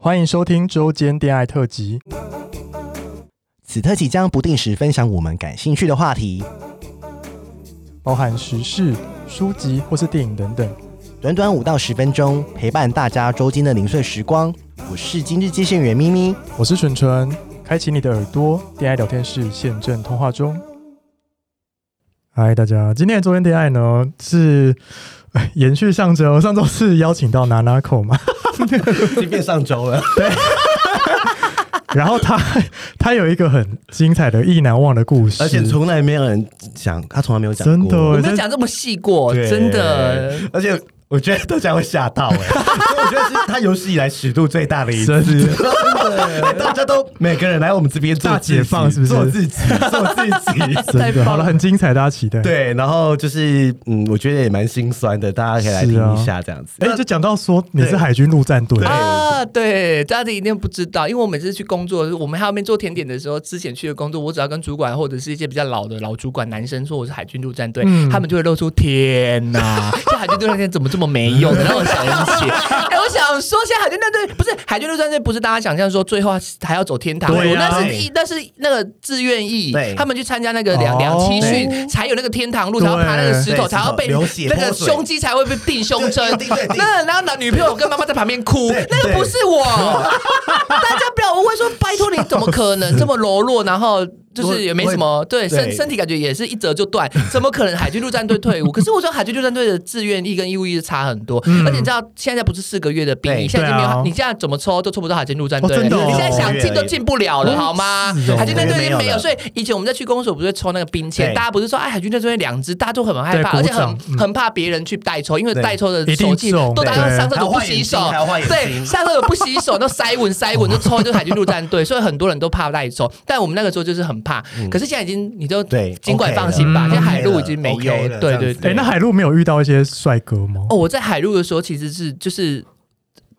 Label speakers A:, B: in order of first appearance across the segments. A: 欢迎收听周间恋爱特辑。
B: 此特辑将不定时分享我们感兴趣的话题，
A: 包含时事、书籍或是电影等等。
B: 短短五到十分钟，陪伴大家周间的零碎时光。我是今日接线员咪咪，
A: 我是纯纯，开启你的耳朵，恋爱聊天室现正通话中。嗨，大家，今天的周间恋爱呢是 哎延续上周，上周是邀请到娜娜口嘛，
B: 已经变上周了。
A: 然后 他他有一个很精彩的意难忘的故事，
C: 而且从来没有人讲，他从来没有讲
A: 真
C: 过。
A: 的
D: 我
A: 我
D: 没有
A: 在
D: 讲这么细过，
C: 对
D: 真的。
C: 而且我觉得大家会吓到哎、所 以我觉得是他有史以来尺度最大的一次，
A: 真的
C: 大家都每个人来我们这边做
A: 大
C: 自己
A: 解放是不是
C: 做自己，做自 己。
A: 真的好了，很精彩，大家期待。
C: 对，然后就是嗯，我觉得也蛮心酸的，大家可以来
A: 是啊
C: 听一下这样子。
A: 哎、就讲到说你是海军陆战队，
C: 对
D: 啊，对，大家一定不知道，因为我每次去工作，我们还有面做甜点的时候，之前去的工作，我只要跟主管或者是一些比较老的老主管男生说我是海军陆战队，
A: 嗯
D: 他们就会露出天 哪，这海军陆战队怎么这么没用，然后我想起，哎、我想说，现在海军陆战队不是海军陆战队，不是大家想象说最后还要走天堂路，
C: 对啊
D: 那是一那是那个志愿役
C: 对，
D: 他们去参加那个两
A: 哦
D: 两期训才有那个天堂路，才要爬那个石头，
C: 对
D: 才要被
C: 流血
D: 那个
C: 泼水
D: 胸肌才会被定胸针
C: 对对对，对
D: 那然后男女朋友跟妈妈在旁边哭
C: 对，
D: 那个不是我， 大家不要误会说，拜托你怎么可能这么柔弱，然后就是也没什么对身
C: 对
D: 身体感觉也是一折就断，怎么可能海军陆战队 退伍？可是我说海军陆战队的志愿役跟义务役是差很多，而且你知道现在不是四个月的兵役，
C: 对
D: 现在已经没
A: 嗯对啊
D: 有，你现在怎么抽都抽不到海军陆战队
A: 哦
D: 了，
A: 真的哦
D: 你现在想进都进不了了，好吗
A: 是哦？
D: 海军陆战队已经
C: 没
D: 没
C: 有
D: 有，
C: 了
D: 所以以前我们在去公所不是抽那个兵签，
C: 对
D: 大家不是说哎海军陆战队两支，大家都很害怕，
A: 对
D: 而且
A: 鼓掌嗯
D: 很很怕别人去代抽，因为
C: 对
D: 代抽的
A: 一定
D: 手气
A: 中
D: 都大
A: 对
D: 家上厕所不
C: 还要换
D: 洗
C: 眼
D: 手
C: 睛还要换，眼
D: 对，
C: 睛
D: 上厕所不洗 手，都塞文塞文就抽，就海军陆战队，所以很多人都怕带抽。但我们那个时候就是很怕，可是现在已经你就
C: 嗯对
D: 尽管
C: OK
D: 放心吧，
A: 了
D: 现在海
C: OK
D: 陆
C: 了
D: 已经没有
C: OK 了，
D: 对
C: 这
D: 对
C: 样子
A: 哎、
D: 对。
A: 那海陆没有遇到一些帅哥吗？
D: 哦，我在海陆的时候其实是就是。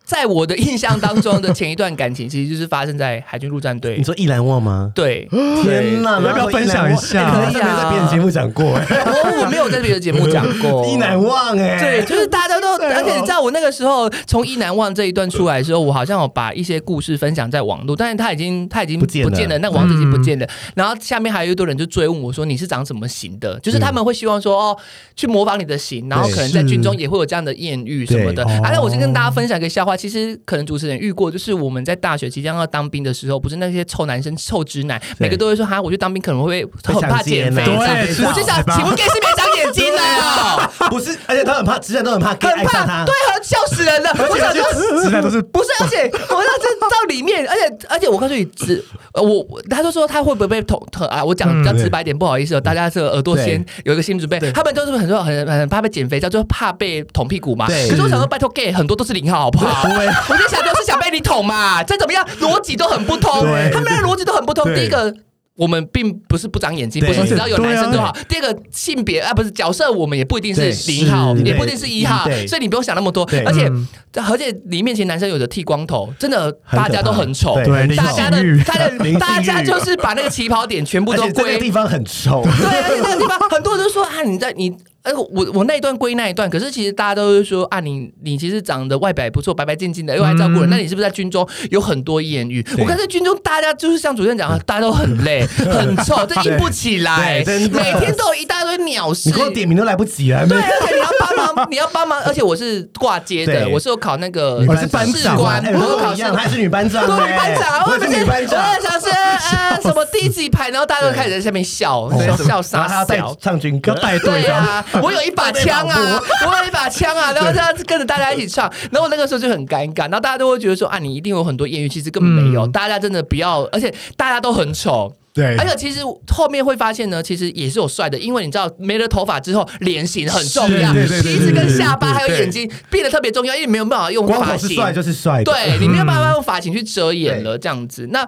D: 在我的印象当中的前一段感情，其实就是发生在海军陆战队
C: 你。说意难忘吗？
D: 对，
C: 天哪，
A: 要不要分享一下
C: 哎可能真的没在别人节目讲过哎，
D: 我我没有在别的节目讲 过
C: 意难忘哎，
D: 对，就是大家都，
C: 哦
D: 而且你知道，我那个时候从意难忘这一段出来的时候，我好像有把一些故事分享在网络，但是他已经他已经
C: 不见了嗯
D: 不见了，那个网址已经不见了。然后下面还有一堆人就追问我说你是长什么型的，就是他
C: 嗯
D: 们会希望说哦，去模仿你的型，然后可能在军中也会有这样的艳遇什么的。
A: 对
D: 啊，
A: 哦
D: 那我先跟大家分享一个笑话，其实可能主持人遇过，就是我们在大学即将要当兵的时候，不是那些臭男生、臭直男，每个都会说哈，我去当兵可能会很
C: 会
D: 怕
C: 想
D: 减
C: 见
D: 肥
C: 啊，
A: 对
D: 我就想，请问 gay 是没长眼睛的哦。
C: 不是，而且他很怕，直男都很怕 gay
D: 很
C: 爱上
D: 怕，
C: 他，
D: 对，很笑死人了。我想说。
A: 直男都是
D: 不是，而且我那真到里面，而且而且我告诉你，只呃我我他就说他会不会被捅捅啊？我讲比较直白一点，不好意思哦，大家这个耳朵先有一个心理准备。他们都是很多很很怕被减肥，叫做怕被捅屁股嘛。
C: 对
D: 可是我想说，拜托 gay 很多都是零号，好不好？我就想就是想被你捅嘛，再怎么样逻辑都很不通，
C: 对
D: 他们的逻辑都很不通。
C: 对
D: 第一个。我们并不是不长眼睛，
C: 对
D: 不是只要有
A: 对啊
D: 男生就好。第二个性别啊，不是角色，我们也不一定是
C: 对
D: 零号，
C: 是
D: 也不一定是一号，
C: 对
D: 所以你不用想那么多
C: 对。
D: 而且
A: 嗯
D: 而且里面其实男生有的剃光头，真的
C: 很可怕
D: 大家都很丑，
A: 对林
D: 大家
A: 心玉
D: 的 大家
C: 林心玉
D: 的大家就是把那个起跑点全部
C: 而
D: 都
C: 且这
D: 归
C: 个地方很臭，
D: 对，而且那个地方很多人都说啊，你在你。呃，我我那一段归那一段，可是其实大家都是说啊，你你其实长得外表也不错，白白净净的，又爱照
C: 嗯
D: 顾人，那你是不是在军中有很多艳遇？我看在军中，大家就是像主持人讲，的，大家都很 累、很臭，这硬不起来，
C: 对真的
D: 每天都有一大堆鸟事
C: 你。光点名都来不及啊！
D: 对，而且你要帮忙，你要帮忙，而且我是挂街的，
C: 对
D: 我是有考那个
A: 我是班
D: 士
A: 长
D: 官，
C: 哎
D: 我有
C: 跟
D: 考
C: 我一
D: 士
C: 样，
D: 官
C: 她是女班长
D: 对，
C: 哎，
D: 班长，
C: 我
D: 我
C: 也
D: 也
C: 是
D: 是
C: 女班长，
D: 我也想是呃什么第几排，然后大家都开始在下面笑，笑笑
C: 哦然后她
D: 傻
C: 要带
D: 笑。
C: 唱军歌
A: 要，带队
D: 对
A: 的、
D: 啊，我有一把枪啊，我有一把枪啊，然后这样子跟着大家一起唱，然后那个时候就很尴尬，然后大家都会觉得说啊，你一定有很多艳遇，其实根本没有，
A: 嗯
D: 大家真的不要，而且大家都很丑，
C: 对
D: 而且其实后面会发现呢，其实也是有帅的，因为你知道没了头发之后，脸型很重要，
C: 是对对对
D: 鼻子跟下巴
C: 对对
D: 还有眼睛变得特别重要，因为你没有办法用
C: 光
D: 发
C: 头是
D: 型，
C: 帅嗯就是帅，，
D: 对你没有办法用发型去遮掩了，这样子。那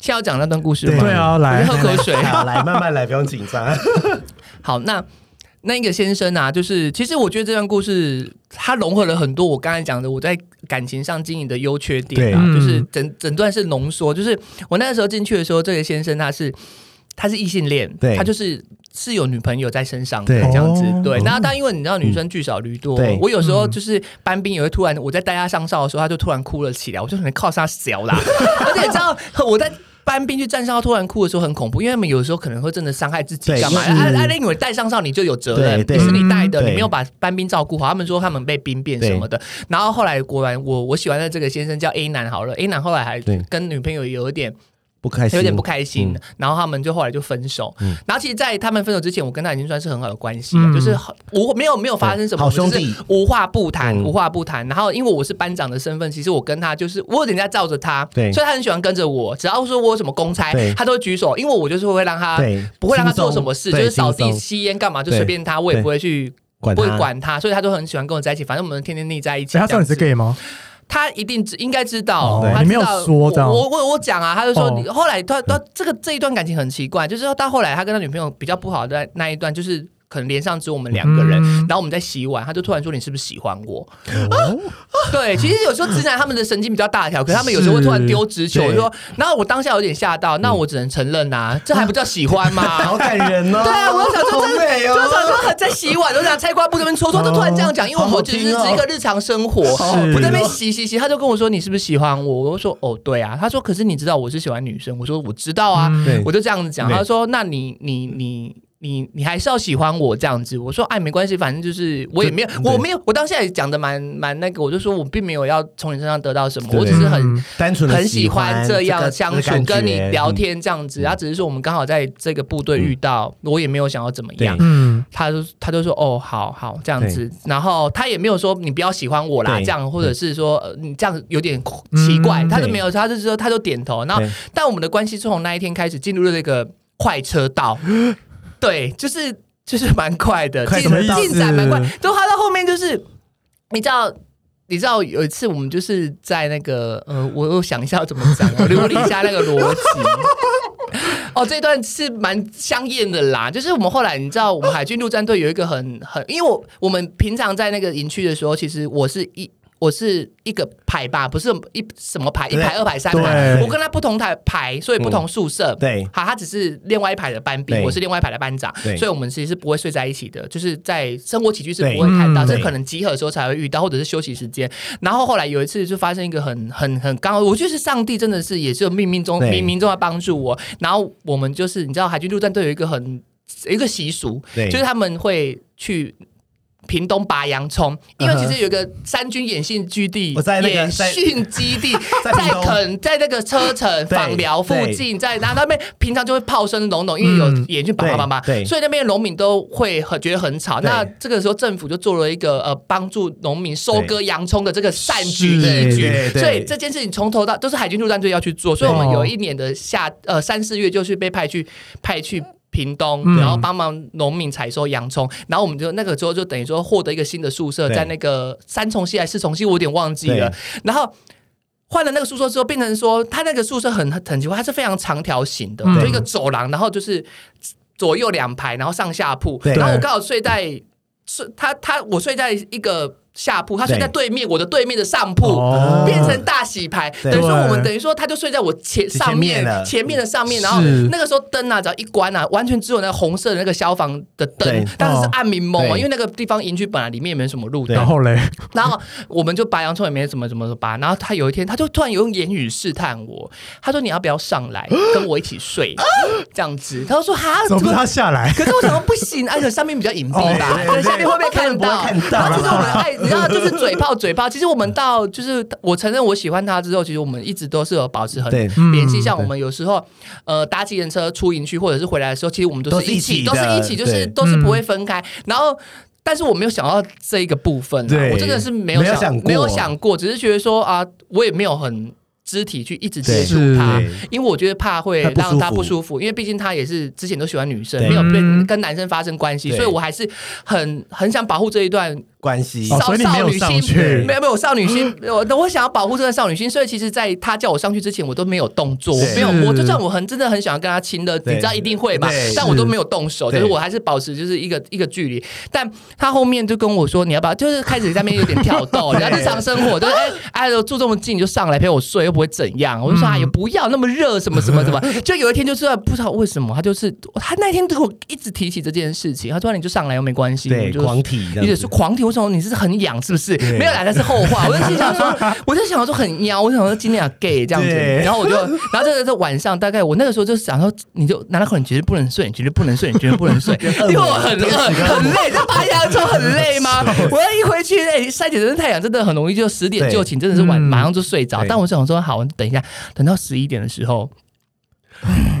D: 现在要讲那段故事吗？
A: 对啊，来
D: 我就喝口水。
C: 好来慢慢来，不用紧张。
D: 好，那那个先生啊，就是其实我觉得这段故事它融合了很多我刚才讲的我在感情上经营的优缺点啊，
A: 对
D: 就是
A: 嗯
D: 整整段是浓缩。就是我那个时候进去的时候，这个先生他是。他是异性恋，
C: 对
D: 他就是是有女朋友在身上的
C: 对
D: 这样子
A: 哦，
D: 对。那但因为你知道女生聚少离多
C: 嗯对，
D: 我有时候就是班兵也会突然，我在带他上哨的时候，他就突然哭了起来，我就可能靠他 小啦，而且你知道我在。班兵去站哨突然哭的时候很恐怖，因为他们有时候可能会真的伤害自己
C: 对
D: 干嘛？
C: 是
D: 啊啊！因为带上哨你就有责任，
C: 对对
D: 是你带的，
C: 嗯
D: 你
C: 对
D: 没有把班兵照顾好。他们说他们被兵变什么的，然后后来果然我我喜欢的这个先生叫 A 男好了，A 男后来还
C: 对嗯
D: 跟女朋友有一点
C: 不开心，
D: 有点不开心，然后他们就后来就分手。
C: 嗯
D: 然后其实，在他们分手之前，我跟他已经算是很好的关系了，
A: 嗯
D: 就是好无没有没有发生什么，
C: 好兄弟
D: 就是无话不谈，
C: 嗯
D: 无话不谈。然后因为我是班长的身份，其实我跟他就是我有点在罩着他，
C: 对
D: 所以他很喜欢跟着我，只要说我有什么公差
C: 对，
D: 他都会举手，因为我就是会让他。
C: 对，
D: 不会让他做什么事，就
C: 轻松
D: 是扫地、
C: 对轻松
D: 吸烟干嘛就随便他，我也
C: 对
D: 不会去
C: 管
D: 不会
C: 他
D: 管他，所以他都很喜欢跟我在一起。反正我们天天腻在一起。
A: 哎，他知道你是
D: 这样子
A: gay 吗？
D: 他一定知应该知
A: 哦
D: 道，他知道
A: 你没有说这样
D: 我我我讲啊，他就说
A: 哦
D: 你后来他他这个这一段感情很奇怪，就是说到后来他跟他女朋友比较不好的那一段，就是可能连上只有我们两个人，
A: 嗯
D: 然后我们在洗碗，他就突然说你是不是喜欢我？ 哦对，其实有时候直男他们的神经比较大条，可是他们有时候会突然丢直球，
C: 是
D: 就说，然后我当下有点吓到，那我只能承认啊，这还不叫喜 欢吗？
C: 好感人哦。
D: 对啊，我就想说
C: 好
D: 这，
C: 美
D: 就想
C: 哦。
D: 说很在洗碗，就想菜瓜布这边搓搓，就突然这样讲，因为
C: 好
D: 我
C: 好
D: 只是
C: 听哦
D: 只一个日常生活，
A: 是
D: 我在那
C: 哦
D: 边洗洗洗，他就跟我说你是不是喜欢我？我说哦对啊，他说可是你知道我是喜欢女生，我说我知道啊，
A: 嗯
C: 对
D: 我就这样子讲，
C: 对
D: 他说那你你你。你你还是要喜欢我这样子，我说哎没关系，反正就是我也没有
C: 这对
D: 我没有我当下也讲的蛮蛮那个，我就说我并没有要从你身上得到什么，
C: 对
D: 我只是很
A: 嗯
C: 单纯的
D: 很喜欢这样
C: 个
D: 相
C: 这个
D: 处，
C: 感觉嗯
D: 跟你聊天这样子。他只是说我们刚好在这个部队遇到，我也没有想要怎么样。
C: 对
A: 嗯，
D: 他就他就说哦，好好这样子，然后他也没有说你不要喜欢我啦，
C: 对
D: 这样或者是说呃你这样有点奇怪，
A: 嗯
D: 他就没有，他就说他就点头。然后
C: 对
D: 但我们的关系从那一天开始进入了这个快车 道，对，就是就是蛮快的，
C: 快
D: 进
A: 什么意思
D: 进展蛮快。就他到后面就是你知道。你知道有一次我们就是在那个呃，我我想一下要怎么 讲，我捋一下那个逻辑。哦，这段是蛮香艳的啦。就是我们后来，你知道，我们海军陆战队有一个很很，因为我我们平常在那个营区的时候，其实我是一。我是一个排吧，不是一什么排，一
C: 对
D: 排、二排、三排。
A: 对
D: 我跟他不同台排，所以不同宿舍。
C: 嗯对
D: 好，他只是另外一排的班兵，
C: 对
D: 我是另外一排的班长，
C: 对
D: 所以我们其实是不会睡在一起的，就是在生活起居是
C: 对
D: 不会看到，
A: 嗯
D: 这
C: 对
D: 可能集合的时候才会遇到，或者是休息时间。然后后来有一次就发生一个很很很刚好，我觉得是上帝真的是也是有冥冥中
C: 对
D: 冥冥中在帮助我。然后我们就是你知道海军陆战队有一个很有一个习俗，
C: 对
D: 就是他们会去。屏东拔洋葱，因为
C: 嗯
D: 其
C: 哼
D: 实有一个三军演训基地，
C: 我在那个
D: 演
C: 在
D: 训基地，
C: 在
D: 在
C: 屏东
D: 垦在那个车城
C: 对
D: 访寮附近，在然后那边平常就会炮声隆隆，因为有
A: 嗯
D: 演训叭叭叭叭，
C: 对对
D: 所以那边的农民都会很觉得很吵。
C: 对
D: 那这个时候政府就做了一个呃帮助农民收割洋葱的这个善
A: 是
D: 举义
C: 对哦
D: 举，
C: 对
D: 所以这件事情从头到都是海军陆战队要去做，所以我们有一年的夏呃三四月就是被派去派去。屏东，
A: 嗯
D: 然后帮忙农民采收洋葱，然后我们就那个时候就等于说获得一个新的宿舍，
C: 对
D: 在那个三重溪还是四重溪，我有点忘记了
C: 对。
D: 然后换了那个宿舍之后，变成说它那个宿舍很很奇怪，它是非常长条形的，
A: 嗯
D: 就一个走廊，然后就是左右两排，然后上下铺。
C: 对
D: 然后我刚好睡在睡他他我睡在一个下铺，他睡在对面我的对面的上铺。
A: 哦
D: 变成大洗牌，
C: 对
D: 等于说我们
A: 对
D: 等于说他就睡在我前
C: 就
D: 上
C: 前
D: 面
C: 面了
D: 前面的上面，然后
A: 是
D: 那个时候灯啊，只要一关啊，完全只有那个红色的那个消防的灯
C: 对，
D: 但是是暗明蒙啊，
C: 对
D: 因为那个地方营区本来里面也没什么路灯，
A: 然后嘞，
D: 然后我们就拔洋葱也没怎么怎么拔，然后他有一天他就突然有用言语试探我，他说你要不要上 来跟我一起睡，这样子， 他就说哈，
A: 怎么
D: 怎
A: 不
D: 么
A: 是他下来？
D: 可是我想说不行，而且上面比较隐蔽吧，
C: 哦对对对
D: 下面会被看
C: 他们
D: 到。
C: 不 会看到
D: 然后其实我们爱，你知道，就是嘴炮嘴炮。其实我们到就是我承认我喜欢他之后，其实我们一直都是有保持很
C: 对
D: 联
A: 嗯
D: 系。像我们有时候呃搭计程车出营区或者是回来的时候，其实我们都
C: 都
D: 是
C: 是
D: 一
C: 一
D: 起，
C: 起
D: 都
C: 的
D: 是一起，就是
C: 对
D: 都是不会分开。然后。但是我没有想到这一个部分、啊，
C: 对
D: 我真的是没有
C: 没有
D: 想
C: 想过
D: 没有想过，只是觉得说啊，我也没有很肢体去一直接触
A: 对
D: 他
C: 啊对，
D: 因为我觉得怕会
C: 他不舒
D: 让
C: 服
D: 他不舒服，因为毕竟他也是之前都喜欢女生，
C: 对
D: 没有被
A: 嗯
D: 跟男生发生关系，
C: 对
D: 所以我还是很很想保护这一段
C: 关系
A: 哦
D: 少
A: 所以你没
D: 少
A: 有
D: 女心，
A: 上去
D: 没有没有少女心，我我想要保护这个少女心，所以其实，在他叫我上去之前，我都没有动作，我
C: 是
D: 没有，我就算我很真的很想要跟他亲的，你
C: 对
D: 知道一定会嘛
C: 对，
D: 但
A: 是
D: 我都没有动手，就
C: 对
D: 是我还是保持就是一个一个距离。但他后面就跟我说，你要不要，就是开始在那边有点 挑逗，然后日常生活就是哎哎，我住这么近，你就上来陪我睡，又不会怎样。我就说
A: 嗯
D: 哎呀，不要那么热，什么什么 什么。就有一天就是不知道为什么，他就是他那天对我一直提起这件事情，他说你就上来又没关系，
C: 对
D: 你就
C: 狂体这样
D: 你也
C: 子
D: 是狂体，我想说你是很痒是不是？
C: 对
D: 没有啦，那是后 话。我就心想说，我就想说很喵，我想说今天要 gay 这样子，
C: 对
D: 然后我就，然后这个在晚上大概我那个时候就想说，你就拿到口，你绝对不能睡，你绝对不能睡，你绝对不能 睡，因为我很饿很累，在爬山的时候很累 吗？我要一回去，哎，晒几针太阳真的很容易就十点
C: 对
D: 就寝，真的是晚
A: 嗯
D: 马上就睡着。
C: 对
D: 但我想说好，我等一下，等到十一点的时候，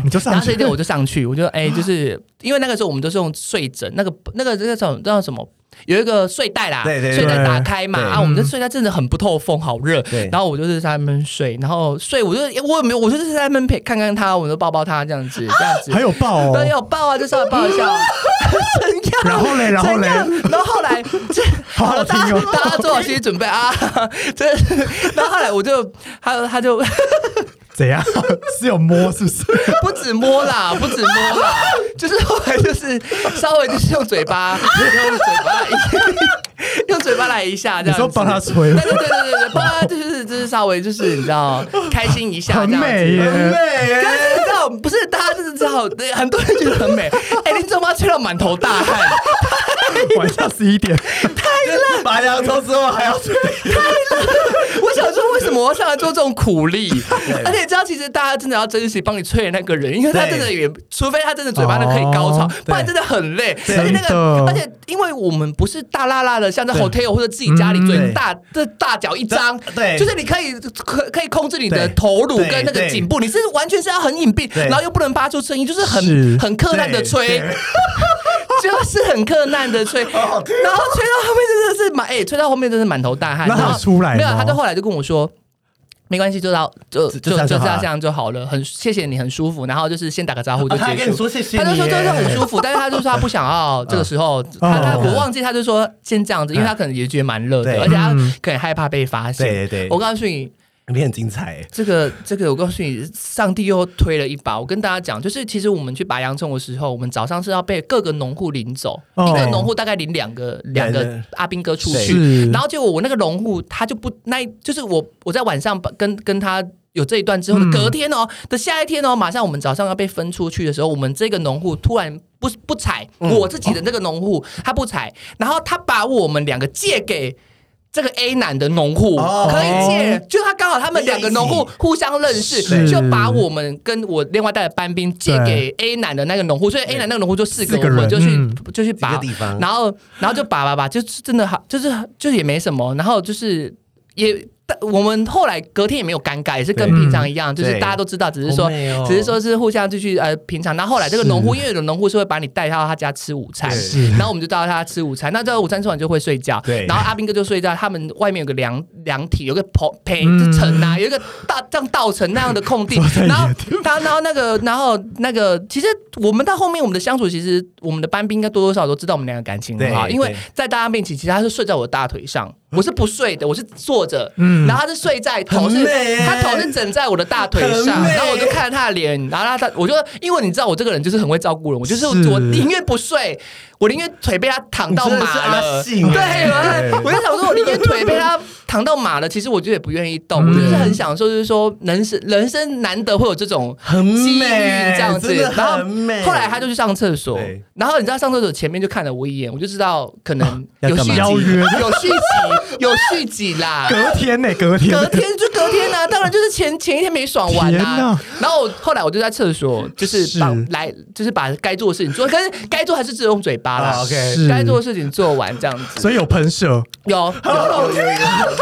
A: 你就
D: 然
A: 上
D: 后
A: 去
D: 这一点我就上去，我就哎、就是因为那个时候我们都是用睡枕，那个那个那个叫叫什么？有一个睡袋啦，
C: 对对对
D: 睡袋打开嘛
C: 对
D: 啊，我们
A: 嗯
D: 的睡袋真的很不透风，好热
C: 对。
D: 然后我就是在那边睡，然后睡我就我也没有，我就是在那边陪看看他，我就抱抱他这样子，这样 子。
A: 还有爆
D: 对，
A: 哦，
D: 有抱啊，就 稍微抱一下。怎样？
A: 然后嘞然后嘞
D: 怎样然后后 来这
A: 好好听哦
D: 大家大家做好心理准备啊！ 这，然后后来我就他他就。
A: 怎样？ 是有摸是不是？
D: 不止摸啦，不止摸啦，就是后来就是稍微就是用嘴巴，用嘴巴，用嘴巴来一下这
A: 你
D: 样子。
A: 说帮他吹
D: 对对对对对对，帮他就是就是稍微就是你知道开心一下
A: 很
D: 这样
A: 美
D: 子。
A: 耶，
D: 但是你知道不是大家就是知道，对很多人觉得很美。哎、林正妈吹到满头大汗，
A: 晚上十一点，
C: 拔洋葱之后还要吹，
D: 我想说，为什么我要上来做这种 苦力？而且你知道，其实大家真的要珍惜帮你吹的那个人，因为他真的也，除非他真的嘴巴那可以高潮
A: 哦，
D: 不然真的很累。
A: 对
D: 而且那
A: 真
D: 个
A: 的，
D: 而且因为我们不是大辣辣的，像在 hotel 或者自己家里
A: 嗯
D: 嘴
C: 对
D: 大这大脚一张，
C: 对
D: 就是你可以可可以控制你的
C: 对
D: 头颅
C: 对
D: 跟那个
C: 对
D: 颈部，你是完全是要很隐蔽，
C: 对
D: 然后又不能发出声音，就是
A: 是
D: 很很克难的吹
C: 对。对
D: 就是很困难 的
C: 哦
D: 吹，然后
C: 啊
D: 吹到后面真的是满，哎、吹到后面真的是满头大汗。
A: 那他有
D: 然后
A: 出来吗
D: 没有？他就后来就跟我说。没关系，就到就
C: 就
D: 就
C: 就这样就好
D: 就这
C: 了
D: 样这样就好了，很谢谢你，很舒服。然后就是先打个招呼就
C: 啊他还
D: 结
C: 跟你
D: 束。
C: 说谢谢你
D: 他
C: 耶，嗯
D: 就说就是很舒服，但是他就说他不想要这个 时候，他他
A: 哦
D: 我忘记他就说先这样子，因为他可能也觉得蛮热的，
C: 对
D: 而且他
A: 嗯
D: 可能害怕被发现。
C: 对对对
D: 我告诉你，
C: 你很精彩耶，
D: 这个这个，我告诉你，上帝又推了一把。我跟大家讲，就是其实我们去拔洋葱的时候，我们早上是要被各个农户领走，
A: 哦
D: 一个农户大概领两个两
C: 对
D: 个
C: 对
D: 阿兵哥出去，
A: 是，
D: 然后结果我那个农户他就不那，就是我我在晚上把跟跟他。有这一段之后的
A: 嗯
D: 隔天哦、的下一天哦，马上我们早上要被分出去的时候，我们这个农户突然不不采，
C: 嗯
D: 我自己的那个农户、他不采，然后他把我们两个借给这个 A 男的农户，
C: 哦
D: 可以借，就他刚好他们两个农户互相认识，
A: 是
D: 就把我们跟我另外带的班兵借给 A 男的那个农户，所以 A 男那个农户就四个，
A: 四个
D: 我们
A: 人
D: 就去、
A: 嗯
D: 就去
C: 几
D: 把
C: 个地方
D: 然后然后就拔拔拔，就是真的好，就是就是也没什么，然后就是也。但我们后来隔天也没有尴尬，也是跟
A: 对
D: 平常一样，就是
C: 对
D: 大家都知道，只是说，
C: 好美哦
D: 只是说是互相继续呃平常。然后后来这个农户，因为有的农户是会把你带到他家吃午餐，
A: 是
D: 然后我们就到他吃午餐。那到午餐吃完就会睡觉，
C: 对
D: 然后阿兵哥就睡觉，他们外面有个凉凉体，有个棚陪
A: 嗯。
D: 就城啊，有一个大像稻城那样 的空地
A: 在野地
D: 然后他，然后那个，然后那个，其实我们到后面我们的相处，其实我们的班兵应该多多少少都知道我们两个感情很好，
C: 对
D: 因为
C: 对嗯
D: 在大家面前，其实他是睡在我的大腿上，我是不睡的，我是坐着，
A: 嗯
D: 然后他是睡在头是
C: 很美耶，
D: 他头是枕在我的大腿上，
C: 很美
D: 然后我就看着他的脸，然后他，我就因为你知道我这个人就是很会照顾人，我就是
A: 是
D: 我宁愿不睡，我宁愿腿被他躺到
C: 你真的是
D: 麻了，
C: 阿
D: 对，
C: 信欸耶
D: 我我就想说，我宁愿腿被他躺到麻了，其实我就也不愿意动，
C: 嗯
D: 我就是很享受，就是说人生人生难得会有这种
C: 很
D: 机遇
C: 美，
D: 这样子，
C: 真的
D: 然后
C: 很美。
D: 后来他就去上厕所
C: 对，啊
D: 然后你知道上厕所前面就看了我一眼，我就知道可能有续
A: 要干
D: 集，
A: 嘛邀约
D: 有续集，有续集 啦。
A: 隔天呢，隔天
D: 隔天就隔天啊，当然就是前前一天没爽完
A: 天
D: 啊
A: 哪。
D: 然后我后来我就在厕所，就是
A: 是
D: 把来就是把该做的事情做，可是该做还是只用嘴巴啦
C: 啊。，OK
A: 是
D: 该做的事情做完这样子，
A: 所以有喷射，
D: 有有有有哎有。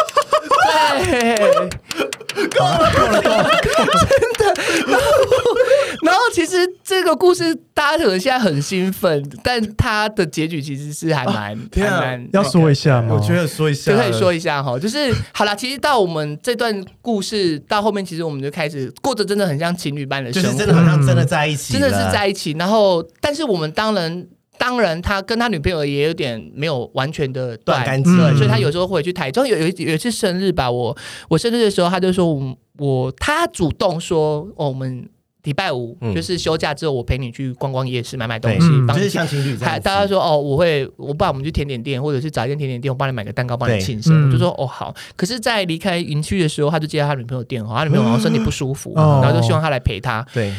D: 对， 然后其实这个故事大家可能现在很兴奋，但它的结局其实是还蛮、还
C: 天啊
D: 蛮
A: 要说一下吗？
C: 我觉得说一下
D: 就
C: 了，
D: 可以说一下哈，就是好了。其实到我们这段故事到后面，其实我们就开始过着真的很像情侣般的
C: 就
D: 生
C: 是
D: 活，
C: 真的好像真的在一起
D: 真
C: 了，
D: 的是在一起。然后，但是我们当然当然他跟他女朋友也有点没有完全的
C: 断干
A: 净
D: 对
A: 嗯
D: 所以他有时候会去台中。有有一有一次生日吧，我我生日的时候，他就说我我他主动说哦，我们礼拜五、
C: 嗯
D: 就是休假之后，我陪你去逛逛夜市，买买东
C: 对
D: 西，
A: 嗯
D: 帮
C: 就
D: 你
C: 是像情侣这
D: 还
C: 样
D: 大家
C: 子。
D: 说哦，我会，我不然我们去甜点店，或者是找一间甜点店，我帮你买个蛋糕，帮你
C: 对
D: 庆生。
A: 嗯
D: 我就说哦好。可是，在离开营区的时候，他就接到他女朋友电话，他女朋友好像身体不舒服，
A: 哦
D: 然后就希望他来陪他。
C: 对，